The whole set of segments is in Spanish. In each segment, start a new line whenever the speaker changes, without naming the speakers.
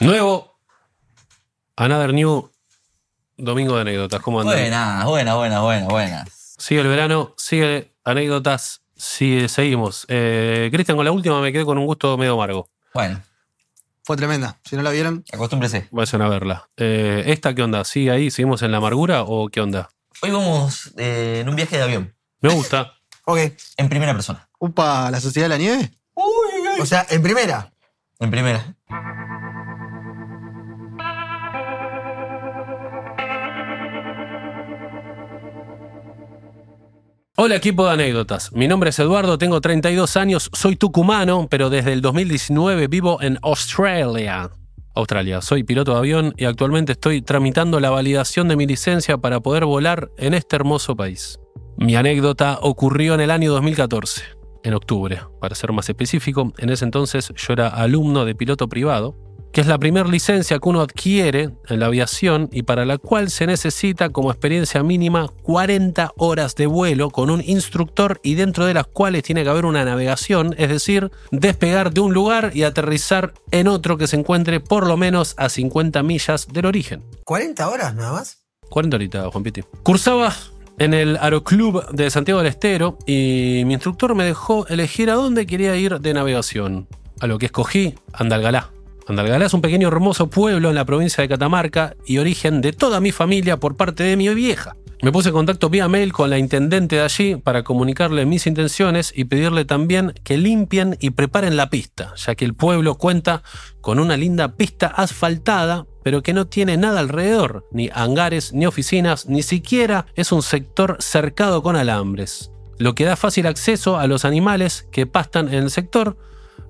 Nuevo. Another New. Domingo de anécdotas. ¿Cómo andan?
Buenas, buenas, buenas, buenas, buenas.
Sigue el verano, sigue anécdotas. Sigue, seguimos. Eh, Cristian, con la última me quedé con un gusto medio amargo.
Bueno,
Fue tremenda. Si no la vieron,
acostúmbrese.
Vayan a verla. Eh, ¿Esta qué onda? ¿Sigue ahí? ¿Seguimos en la amargura o qué onda?
Hoy vamos eh, en un viaje de avión,
Me gusta.
ok.
en primera persona.
Upa, la sociedad de la nieve. O sea, en primera.
En primera.
Hola equipo de anécdotas, mi nombre es Eduardo, tengo 32 años, soy tucumano, pero desde el 2019 vivo en Australia. Australia, soy piloto de avión y actualmente estoy tramitando la validación de mi licencia para poder volar en este hermoso país. Mi anécdota ocurrió en el año 2014, en octubre, para ser más específico, en ese entonces yo era alumno de piloto privado, que es la primera licencia que uno adquiere en la aviación y para la cual se necesita como experiencia mínima 40 horas de vuelo con un instructor y dentro de las cuales tiene que haber una navegación, es decir, despegar de un lugar y aterrizar en otro que se encuentre por lo menos a 50 millas del origen.
¿40 horas nada más?
40 ahorita, Juan Piti. Cursaba en el Aeroclub de Santiago del Estero y mi instructor me dejó elegir a dónde quería ir de navegación. A lo que escogí, Andalgalá. Andalgalá es un pequeño hermoso pueblo en la provincia de Catamarca y origen de toda mi familia por parte de mi vieja. Me puse en contacto vía mail con la intendente de allí para comunicarle mis intenciones y pedirle también que limpien y preparen la pista, ya que el pueblo cuenta con una linda pista asfaltada, pero que no tiene nada alrededor, ni hangares, ni oficinas, ni siquiera es un sector cercado con alambres, lo que da fácil acceso a los animales que pastan en el sector,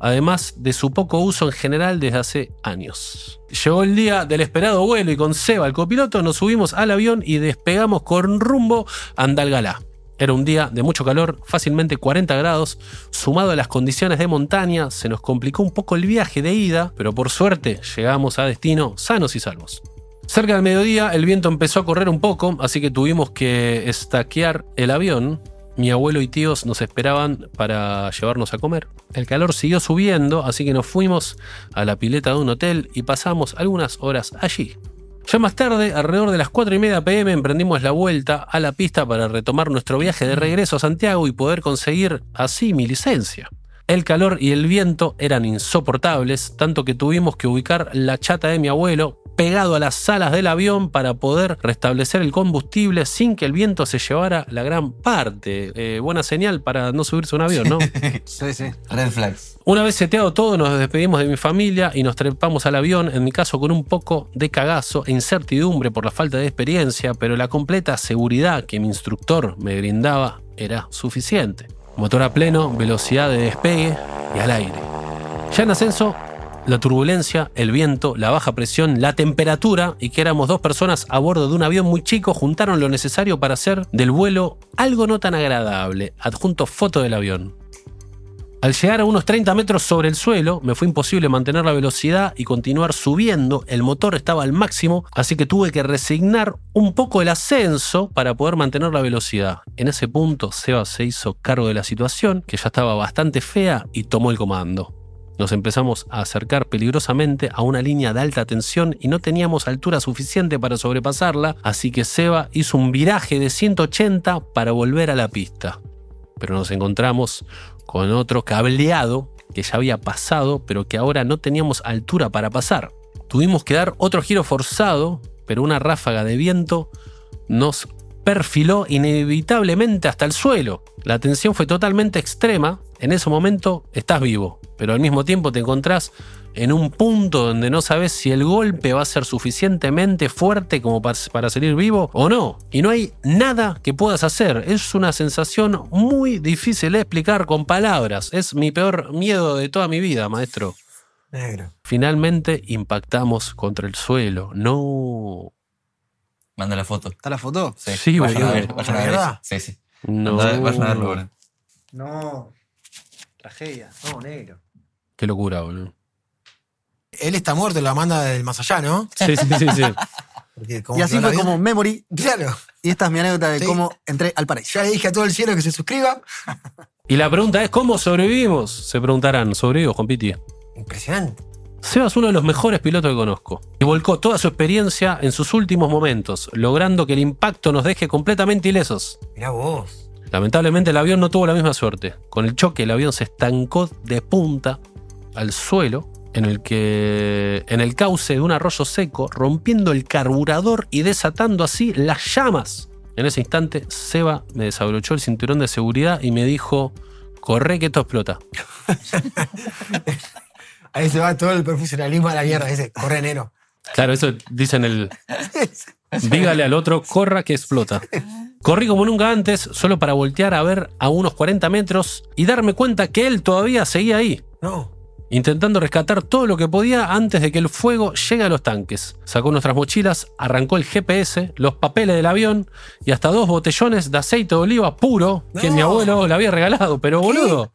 además de su poco uso en general desde hace años. Llegó el día del esperado vuelo y con Seba, el copiloto, nos subimos al avión y despegamos con rumbo a Andalgalá. Era un día de mucho calor, fácilmente 40 grados, sumado a las condiciones de montaña, se nos complicó un poco el viaje de ida, pero por suerte llegamos a destino sanos y salvos. Cerca del mediodía el viento empezó a correr un poco, así que tuvimos que estaquear el avión. Mi abuelo y tíos nos esperaban para llevarnos a comer. El calor siguió subiendo, así que nos fuimos a la pileta de un hotel y pasamos algunas horas allí. Ya más tarde, alrededor de las 4 y media pm, emprendimos la vuelta a la pista para retomar nuestro viaje de regreso a Santiago y poder conseguir así mi licencia. El calor y el viento eran insoportables, tanto que tuvimos que ubicar la chata de mi abuelo pegado a las alas del avión para poder restablecer el combustible sin que el viento se llevara la gran parte. Eh, buena señal para no subirse a un avión, ¿no?
Sí, sí.
Red flags.
Una vez seteado todo, nos despedimos de mi familia y nos trepamos al avión, en mi caso con un poco de cagazo e incertidumbre por la falta de experiencia, pero la completa seguridad que mi instructor me brindaba era suficiente. Motor a pleno, velocidad de despegue y al aire. Ya en ascenso, la turbulencia, el viento, la baja presión, la temperatura y que éramos dos personas a bordo de un avión muy chico juntaron lo necesario para hacer del vuelo algo no tan agradable. Adjunto foto del avión. Al llegar a unos 30 metros sobre el suelo, me fue imposible mantener la velocidad y continuar subiendo. El motor estaba al máximo, así que tuve que resignar un poco el ascenso para poder mantener la velocidad. En ese punto, Seba se hizo cargo de la situación, que ya estaba bastante fea, y tomó el comando. Nos empezamos a acercar peligrosamente a una línea de alta tensión y no teníamos altura suficiente para sobrepasarla, así que Seba hizo un viraje de 180 para volver a la pista. Pero nos encontramos con otro cableado que ya había pasado, pero que ahora no teníamos altura para pasar. Tuvimos que dar otro giro forzado, pero una ráfaga de viento nos perfiló inevitablemente hasta el suelo. La tensión fue totalmente extrema. En ese momento estás vivo, pero al mismo tiempo te encontrás en un punto donde no sabes si el golpe va a ser suficientemente fuerte como pa- para salir vivo o no. Y no hay nada que puedas hacer. Es una sensación muy difícil de explicar con palabras. Es mi peor miedo de toda mi vida, maestro.
Negro.
Finalmente impactamos contra el suelo. No.
Manda la foto.
¿Está la foto?
Sí,
Sí,
vayan a
boludo.
ver, vayan a ver.
¿Verdad?
Sí, sí.
No.
Anda- Vayan a verlo ahora.
No. Tragedia. No, negro.
Qué locura, boludo.
Él está muerto, la manda del más allá, ¿no?
Sí, sí, sí, sí.
Porque como
Y así
que
fue
la
como Memory.
vio- Claro.
Y esta es mi anécdota de
Sí.
cómo entré al paraíso.
Ya le dije a todo el cielo que se suscriba.
Y la pregunta es: ¿cómo sobrevivimos? Se preguntarán. Sobrevivimos con Piti.
Impresionante.
Seba es uno de los mejores pilotos que conozco y volcó toda su experiencia en sus últimos momentos, logrando que el impacto nos deje completamente ilesos.
Mirá vos.
Lamentablemente el avión no tuvo la misma suerte. Con el choque el avión se estancó de punta al suelo en el que en el cauce de un arroyo seco, rompiendo el carburador y desatando así las llamas. En ese instante Seba me desabrochó el cinturón de seguridad y me dijo, "Corre que esto explota."
Ahí se va todo el profesionalismo a la mierda. Dice, corre negro.
Claro, eso dicen el. Dígale al otro, corra que explota. Corrí como nunca antes, solo para voltear a ver a unos 40 metros y darme cuenta que él todavía seguía ahí,
No.
intentando rescatar todo lo que podía antes de que el fuego llegue a los tanques. Sacó nuestras mochilas, arrancó el GPS, los papeles del avión y hasta dos botellones de aceite de oliva puro que
No.
mi abuelo le había regalado. Pero boludo,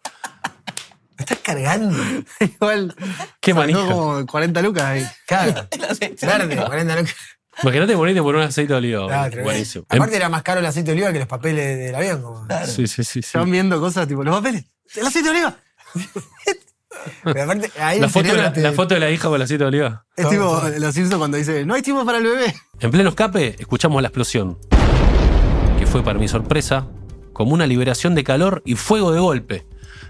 Me estás cargando.
Igual.
qué
sacó
manija.
como 40 lucas ahí.
Claro. Verde, 40 lucas.
Imagínate morirte por un aceite de oliva.
Claro,
boludo.
tremendo.
Buenísimo.
Ah, Aparte era más caro el aceite de oliva que los papeles del avión. Como.
Sí, sí, sí. sí.
Ah, Se van viendo cosas tipo los papeles. El aceite de oliva.
Pero aparte, ahí
La
el
foto, de la,
cerebro te-
la foto de la hija con el aceite de oliva.
Es tipo los Simpsons cuando dice, no hay tiempo para el bebé.
En pleno escape, escuchamos la explosión, que fue para mi sorpresa como una liberación de calor y fuego de golpe,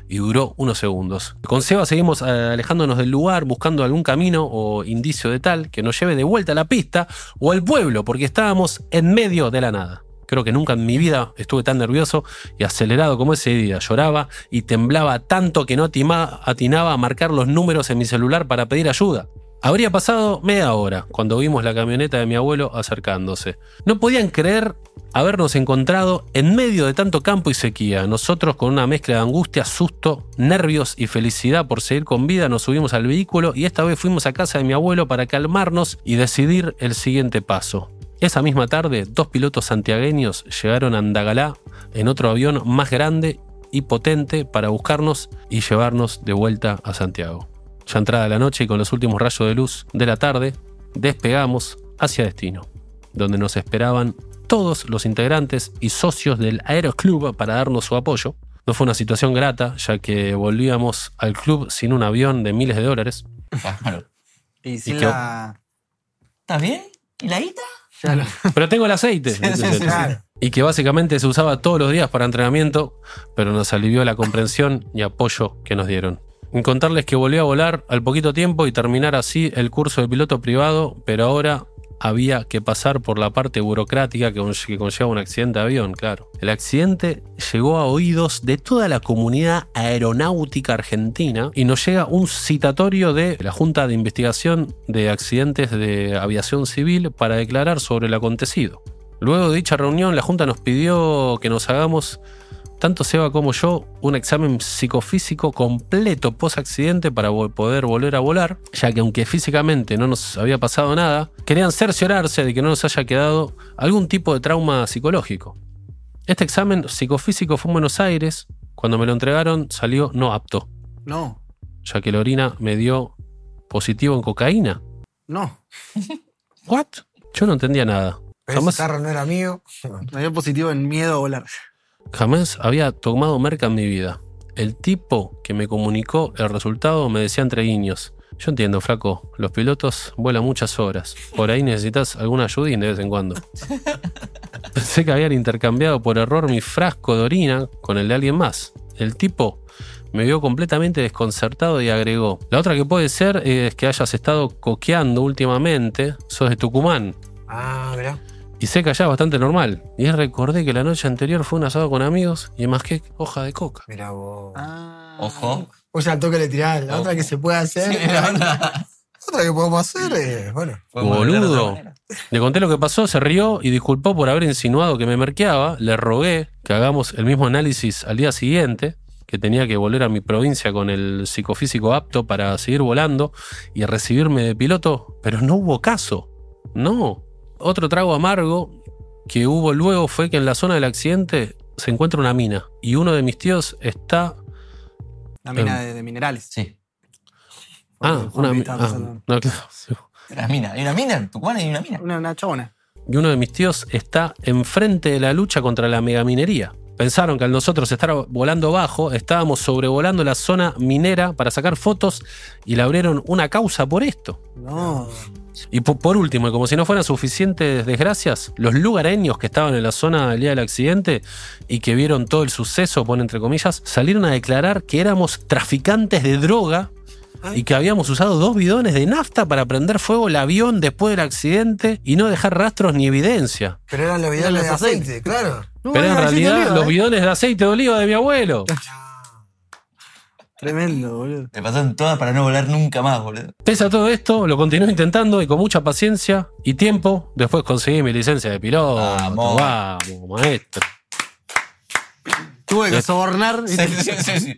y duró unos segundos. Con Seba seguimos eh, alejándonos del lugar, buscando algún camino o indicio de tal que nos lleve de vuelta a la pista o al pueblo, porque estábamos en medio de la nada. Creo que nunca en mi vida estuve tan nervioso y acelerado como ese día. Lloraba y temblaba tanto que no atima- atinaba a marcar los números en mi celular para pedir ayuda. Habría pasado media hora cuando vimos la camioneta de mi abuelo acercándose. No podían creer habernos encontrado en medio de tanto campo y sequía. Nosotros con una mezcla de angustia, susto, nervios y felicidad por seguir con vida nos subimos al vehículo y esta vez fuimos a casa de mi abuelo para calmarnos y decidir el siguiente paso. Esa misma tarde, dos pilotos santiagueños llegaron a Andagalá en otro avión más grande y potente para buscarnos y llevarnos de vuelta a Santiago. Ya entrada la noche y con los últimos rayos de luz de la tarde, despegamos hacia destino, donde nos esperaban todos los integrantes y socios del Aeroclub para darnos su apoyo. No fue una situación grata, ya que volvíamos al club sin un avión de miles de dólares.
Claro.
Y
sin
sin
qué-
la.
¿Estás bien? ¿Y la guita?
Pero tengo el aceite.
Claro.
y que básicamente se usaba todos los días para entrenamiento, pero nos alivió la comprensión y apoyo que nos dieron. En contarles que volví a volar al poquito tiempo y terminar así el curso de piloto privado, pero ahora había que pasar por la parte burocrática que conlle- que conlleva un accidente de avión, claro. El accidente llegó a oídos de toda la comunidad aeronáutica argentina y nos llega un citatorio de la Junta de Investigación de Accidentes de Aviación Civil para declarar sobre el acontecido. Luego de dicha reunión, la Junta nos pidió que nos hagamos, tanto Seba como yo, un examen psicofísico completo post-accidente para vo- poder volver a volar, ya que aunque físicamente no nos había pasado nada, querían cerciorarse de que no nos haya quedado algún tipo de trauma psicológico. Este examen psicofísico fue en Buenos Aires, cuando me lo entregaron salió no apto,
No,
ya que la orina me dio positivo en cocaína.
no.
¿What? Yo no entendía nada.
Pero ese
Jamás-
tarro no era mío.
Me dio positivo en miedo a volar.
Jamás había tomado merca en mi vida. El tipo que me comunicó el resultado me decía entre guiños. Yo entiendo, flaco, los pilotos vuelan muchas horas. Por ahí necesitas alguna ayudín de vez en cuando. Pensé que habían intercambiado por error mi frasco de orina con el de alguien más. El tipo me vio completamente desconcertado y agregó: La otra que puede ser es que hayas estado coqueando últimamente. Sos de Tucumán.
Ah, mirá.
y seca ya bastante normal. Y ahí recordé que la noche anterior fue un asado con amigos y más que hoja de coca.
Mirá vos.
Ah.
Ojo.
O sea, al toque le tirás. La
Ojo.
otra que se puede hacer.
Mira, onda.
otra que podemos hacer es. Bueno.
Podemos hablar de otra
Boludo.
manera.
Le conté lo que pasó, se rió y disculpó por haber insinuado que me merqueaba. Le rogué que hagamos el mismo análisis al día siguiente, que tenía que volver a mi provincia con el psicofísico apto para seguir volando y recibirme de piloto, pero no hubo caso. No. Otro trago amargo que hubo luego fue que en la zona del accidente se encuentra una mina y uno de mis tíos está...
La mina de, de minerales.
Sí.
Em. Ah,
Juan
una mina.
Luis estaba pensando.
Una mina. Hay una mina. En Tucumán hay una mina.
Una, una chabona.
y uno de mis tíos está enfrente de la lucha contra la megaminería. Pensaron que al nosotros estar volando bajo, estábamos sobrevolando la zona minera para sacar fotos y le abrieron una causa por esto.
No.
Y po- por último, y como si no fueran suficientes desgracias, los lugareños que estaban en la zona del día del accidente y que vieron todo el suceso, pone entre comillas, salieron a declarar que éramos traficantes de droga y que habíamos usado dos bidones de nafta para prender fuego el avión después del accidente y no dejar rastros ni evidencia.
Pero eran los videos
Eran
de
los
aceite,
aceites.
claro.
No,
Pero en
era aceite de
realidad,
oliva,
los
eh.
bidones de aceite de oliva de mi abuelo.
Tremendo, boludo.
Te pasaron todas para no volar nunca más, boludo.
Pese a todo esto, lo continué intentando y con mucha paciencia y tiempo, después conseguí mi licencia de piloto.
Vamos.
Vamos, maestro.
Tuve que sobornar.
Sí, sí, sí, sí.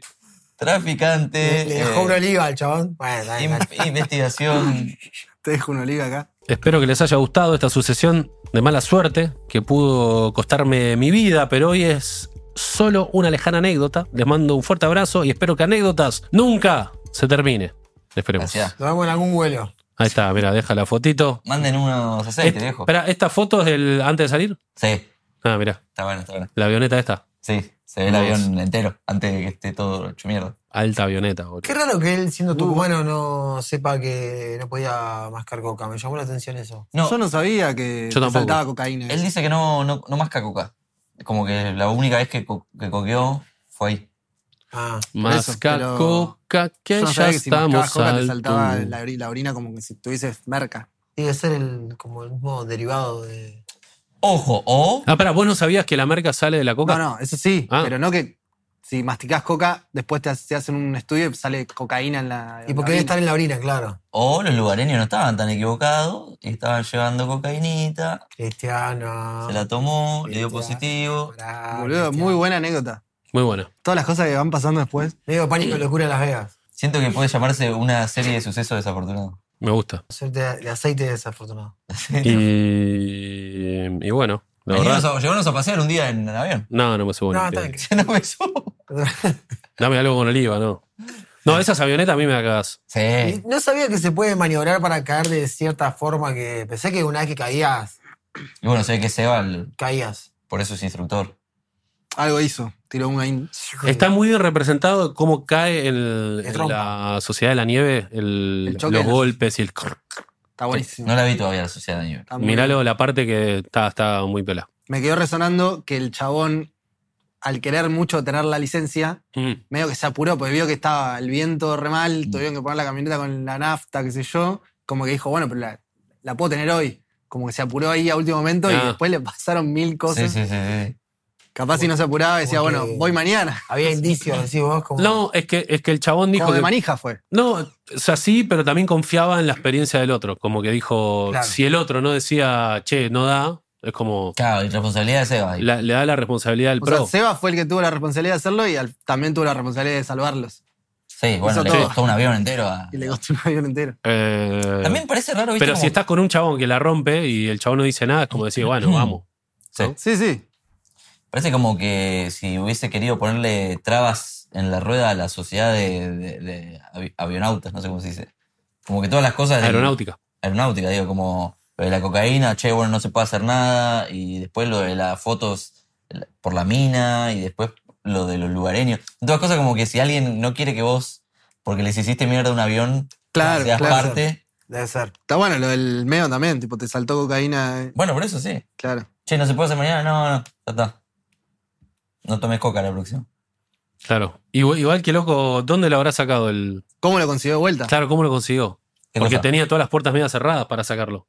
Traficante.
Le le dejó
eh,
una oliva al chabón. Bueno, dale, dale.
in- Investigación.
Te dejo una oliva acá.
Espero que les haya gustado esta sucesión de mala suerte que pudo costarme mi vida, pero hoy es solo una lejana anécdota. Les mando un fuerte abrazo y espero que anécdotas nunca se termine. Esperemos.
Gracias.
Lo vemos en algún vuelo.
Ahí está, mira, deja la fotito.
Manden unos
Este-
aceites, viejo.
Espera, ¿esta foto es del antes de salir?
Sí,
Ah, mira,
está bueno, está bueno.
la avioneta esta.
Sí, se ve el
Vamos.
avión entero antes de que esté todo hecho mierda.
Alta avioneta, boludo.
Qué raro que él, siendo tucumano, no sepa que no podía mascar coca. Me llamó la atención eso.
No,
Yo no sabía que
Yo
te
tampoco.
saltaba cocaína.
él dice que no, no, no masca coca. Como que la única vez que, co- que coqueó fue ahí.
Ah,
Más
Por eso, pero-
cacoca que
Yo no
ya
sabía que si mascabas
estamos
coca te
al
saltaba la, ori- la orina como que si tuvieses merca.
debe ser el, como el mismo derivado de.
Ojo, o
Ah, pará, ¿vos no sabías que la marca sale de la coca?
No, no, eso sí.
Ah.
Pero no que si masticás coca, después te, hace- te hacen un estudio y sale cocaína en la.
Y porque debe
en la
estar en la orina, claro.
O los lugareños no estaban tan equivocados y estaban llevando cocainita,
Cristiano.
se la tomó, le dio
Cristiano,
positivo.
pará,
orina. Boludo,
Cristiano.
muy buena anécdota.
Muy buena.
Todas las cosas que van pasando después.
Medio pánico y locura en Las Vegas.
Siento que puede llamarse una serie de sucesos desafortunados.
Me gusta.
Suerte de aceite desafortunado.
Y, y bueno, la
Venimos
verdad.
a- Llevámonos a pasear un día en el avión.
No, no me subo
No,
ni en pedo.
tranqui.
Se nos besó.
Dame algo con oliva, no. No, esas avionetas a mí me la cagás.
Sí.
No sabía que se puede maniobrar para caer de cierta forma que. Pensé que una vez que caías,
Y bueno, sé que Seba, el-
caías.
por eso es instructor.
Algo hizo. Tiró un ahí.
Está muy bien representado cómo cae el-
El
en
trompo.
la sociedad de la nieve, el-
El choque
los
de la-
golpes y el. crrr.
Está buenísimo.
No la vi todavía la sociedad de nivel.
Está muy bien.
Eh, Miralo la parte que está, está muy pela.
Me quedó resonando que el chabón, al querer mucho tener la licencia,
Mm.
medio que se apuró porque vio que estaba el viento re mal, tuvieron que poner la camioneta con la nafta, qué sé yo. Como que dijo, bueno, pero la, la puedo tener hoy. Como que se apuró ahí a último momento y
Ah.
después le pasaron mil
Sí,
cosas.
sí, sí, sí.
Capaz si no se apuraba decía,
Porque-
bueno, voy mañana.
Había indicios, decís vos, como.
No, es que, es que el chabón dijo.
Como de
que-
manija fue.
No, o sea, sí, pero también confiaba en la experiencia del otro. Como que dijo,
Claro.
si el otro no decía, che, no da, es como,
Claro, y responsabilidad de Seba. ahí.
la- le da la responsabilidad al
O
pro.
sea, Seba fue el que tuvo la responsabilidad de hacerlo y al- también tuvo la responsabilidad de salvarlos.
Sí, bueno,
Hizo
le
todo.
costó un avión entero a...
Y le costó un avión entero.
Eh,
También parece raro, ¿viste?
pero
como-
si estás con un chabón que la rompe y el chabón no dice nada, es como decir, bueno, vamos.
Sí.
Sí, sí.
Parece como que si hubiese querido ponerle trabas en la rueda a la sociedad de, de- de avi- avionautas, no sé cómo se dice. Como que todas las cosas... del-
Aeronáutica.
Aeronáutica, digo, como lo de la cocaína, che, bueno, no se puede hacer nada. Y después lo de las fotos por la mina y después lo de los lugareños. Todas cosas como que si alguien no quiere que vos, porque les hiciste mierda un avión,
Claro,
seas
claro.
parte.
Debe ser.
Está bueno lo del meo también, tipo, te saltó cocaína. eh,
Bueno, por eso sí.
Claro.
Che, no se puede hacer mañana, no, no, ya está. No tomes coca la próxima.
Claro. Igual, igual que loco, ¿dónde lo habrá sacado el.
¿Cómo lo consiguió de vuelta?
Claro, ¿cómo lo consiguió?
Ah. ¿Qué
Porque
cosa?
tenía todas las puertas medio cerradas para sacarlo.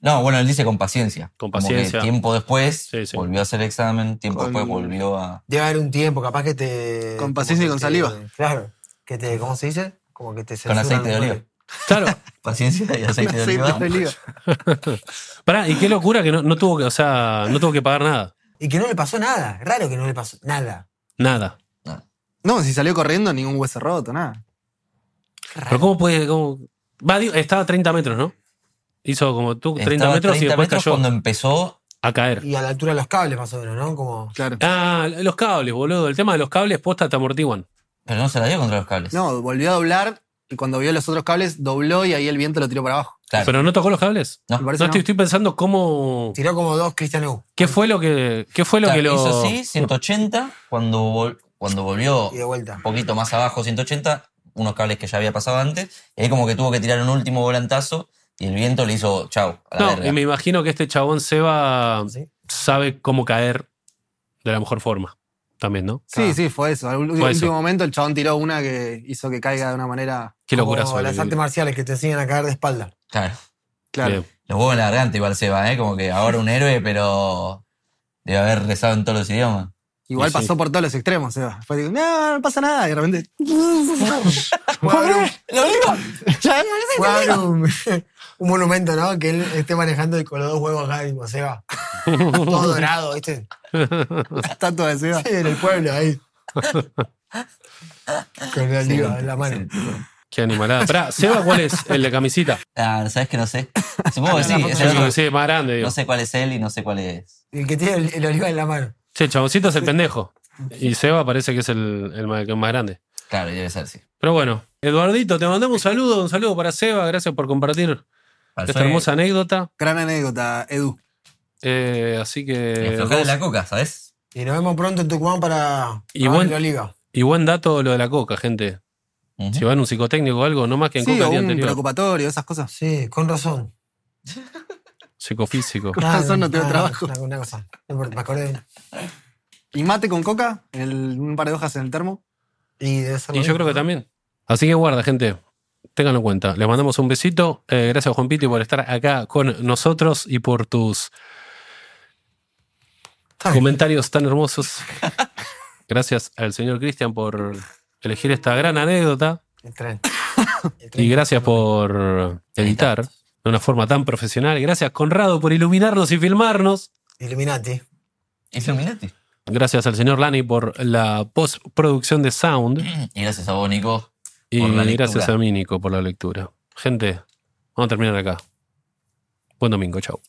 No, bueno, él dice con paciencia.
Con
Como que
paciencia.
tiempo después
Sí, sí.
volvió a hacer examen, tiempo
Con-
después volvió a.
Debe haber un tiempo, capaz que te.
Con paciencia y
como
con
que te-
saliva.
Claro. Que te, ¿Cómo se dice? Como que te
Con
censuran
aceite de
un-
oliva.
Claro.
Paciencia y aceite de
Aceite
oliva.
de oliva.
Pará, y qué locura que no, no tuvo que, o sea, no tuvo que pagar nada.
Y que no le pasó nada. Raro que no le pasó nada.
Nada.
No, si salió corriendo, ningún hueso roto, nada.
Pero ¿cómo puede.? Cómo... Va, digo, estaba a 30 metros, ¿no? Hizo como tú, 30
Estaba
metros y
30
después
metros
cayó
cuando empezó
a caer.
Y a la altura de los cables, más o menos, ¿no? Como.
Claro.
Ah, los cables, boludo. El tema de los cables, posta, te amortiguan.
Pero no se la dio contra los cables.
No, volvió a doblar y cuando vio los otros cables, dobló y ahí el viento lo tiró para abajo.
Claro.
Pero no tocó los cables.
No,
Me
No,
parece
estoy,
no.
estoy pensando cómo.
Tiró como dos Cristian U.
¿Qué fue lo que. ¿Qué fue lo
Claro,
que lo.
Hizo así, 180, cuando, vol- cuando volvió
Y de vuelta.
un poquito más abajo, 180, unos cables que ya había pasado antes, y ahí como que tuvo que tirar un último volantazo y el viento le hizo chau. A la
No,
verga.
y me imagino que este chabón Seba
¿Sí?
sabe cómo caer de la mejor forma. También, ¿no? Ah,
Sí, sí, fue eso. Al ulti- último,
Fue eso.
momento el chabón tiró una que hizo que caiga de una manera.
Qué locura
como las
sobrevivir.
artes marciales que te enseñan a caer de espalda.
Claro.
Claro.
Bien.
Los huevos en la garganta igual se va, ¿eh? Como que ahora un héroe, pero debe haber rezado en todos los idiomas.
Igual
Sí, sí.
pasó por todos los extremos, Seba. Fue tipo, no, no pasa nada. Y de repente.
Puede haber un,
¡Lo digo!
puede haber un, un monumento, ¿no? Que él esté manejando y con los dos huevos acá, tipo, se va. Todo dorado, ¿viste?
Estatua de Seba.
Sí, en el pueblo, ahí. Con la
Sí,
oliva en la mano.
Qué animalada. Pará, Seba, ¿cuál es el de camisita?
Ah, ¿sabes que No sé. Supongo que sí. es el
Yo creo
otro.
que sí, es más grande, digo.
No sé cuál es él y no sé cuál es.
El que tiene el, el oliva en la mano.
Sí, el chaboncito es el pendejo. Y Seba parece que es el, el más, el más grande.
Claro, debe ser, sí.
Pero bueno, Eduardito, te mandamos un saludo, un saludo para Seba, gracias por compartir esta hermosa anécdota.
Gran anécdota, Edu.
Eh, así que.
Aflojar de la coca, ¿sabes?
Y nos vemos pronto en Tucumán para
Y
probar
buen-
el oliva.
Y buen dato lo de la coca, gente.
Ujú.
Si van a un psicotécnico o algo, no más que en
Sí,
coca
o
el día
un
anterior.
preocupatorio, esas cosas.
Sí, con razón.
Psicofísico.
Con razón no tengo trabajo.
Una, una cosa. No importa, me acordé.
Y mate con coca, el- un par de hojas en el termo.
Y debe ser
Y yo
lo mismo.
creo que también. Así que guarda, gente. Ténganlo en cuenta. Les mandamos un besito. Eh, gracias, Juan Piti, por estar acá con nosotros y por tus comentarios tan hermosos. Gracias al señor Cristian por elegir esta gran anécdota.
El tren. El tren.
Y gracias por editar de una forma tan profesional. Gracias, Conrado, por iluminarnos y filmarnos.
Illuminati.
Es Illuminati.
Gracias al señor Lani por la postproducción de sound.
Y gracias a vos, Nico.
Y
Por la lectura.
gracias a mí, Nico, por la lectura. Gente, vamos a terminar acá. Buen domingo, chao.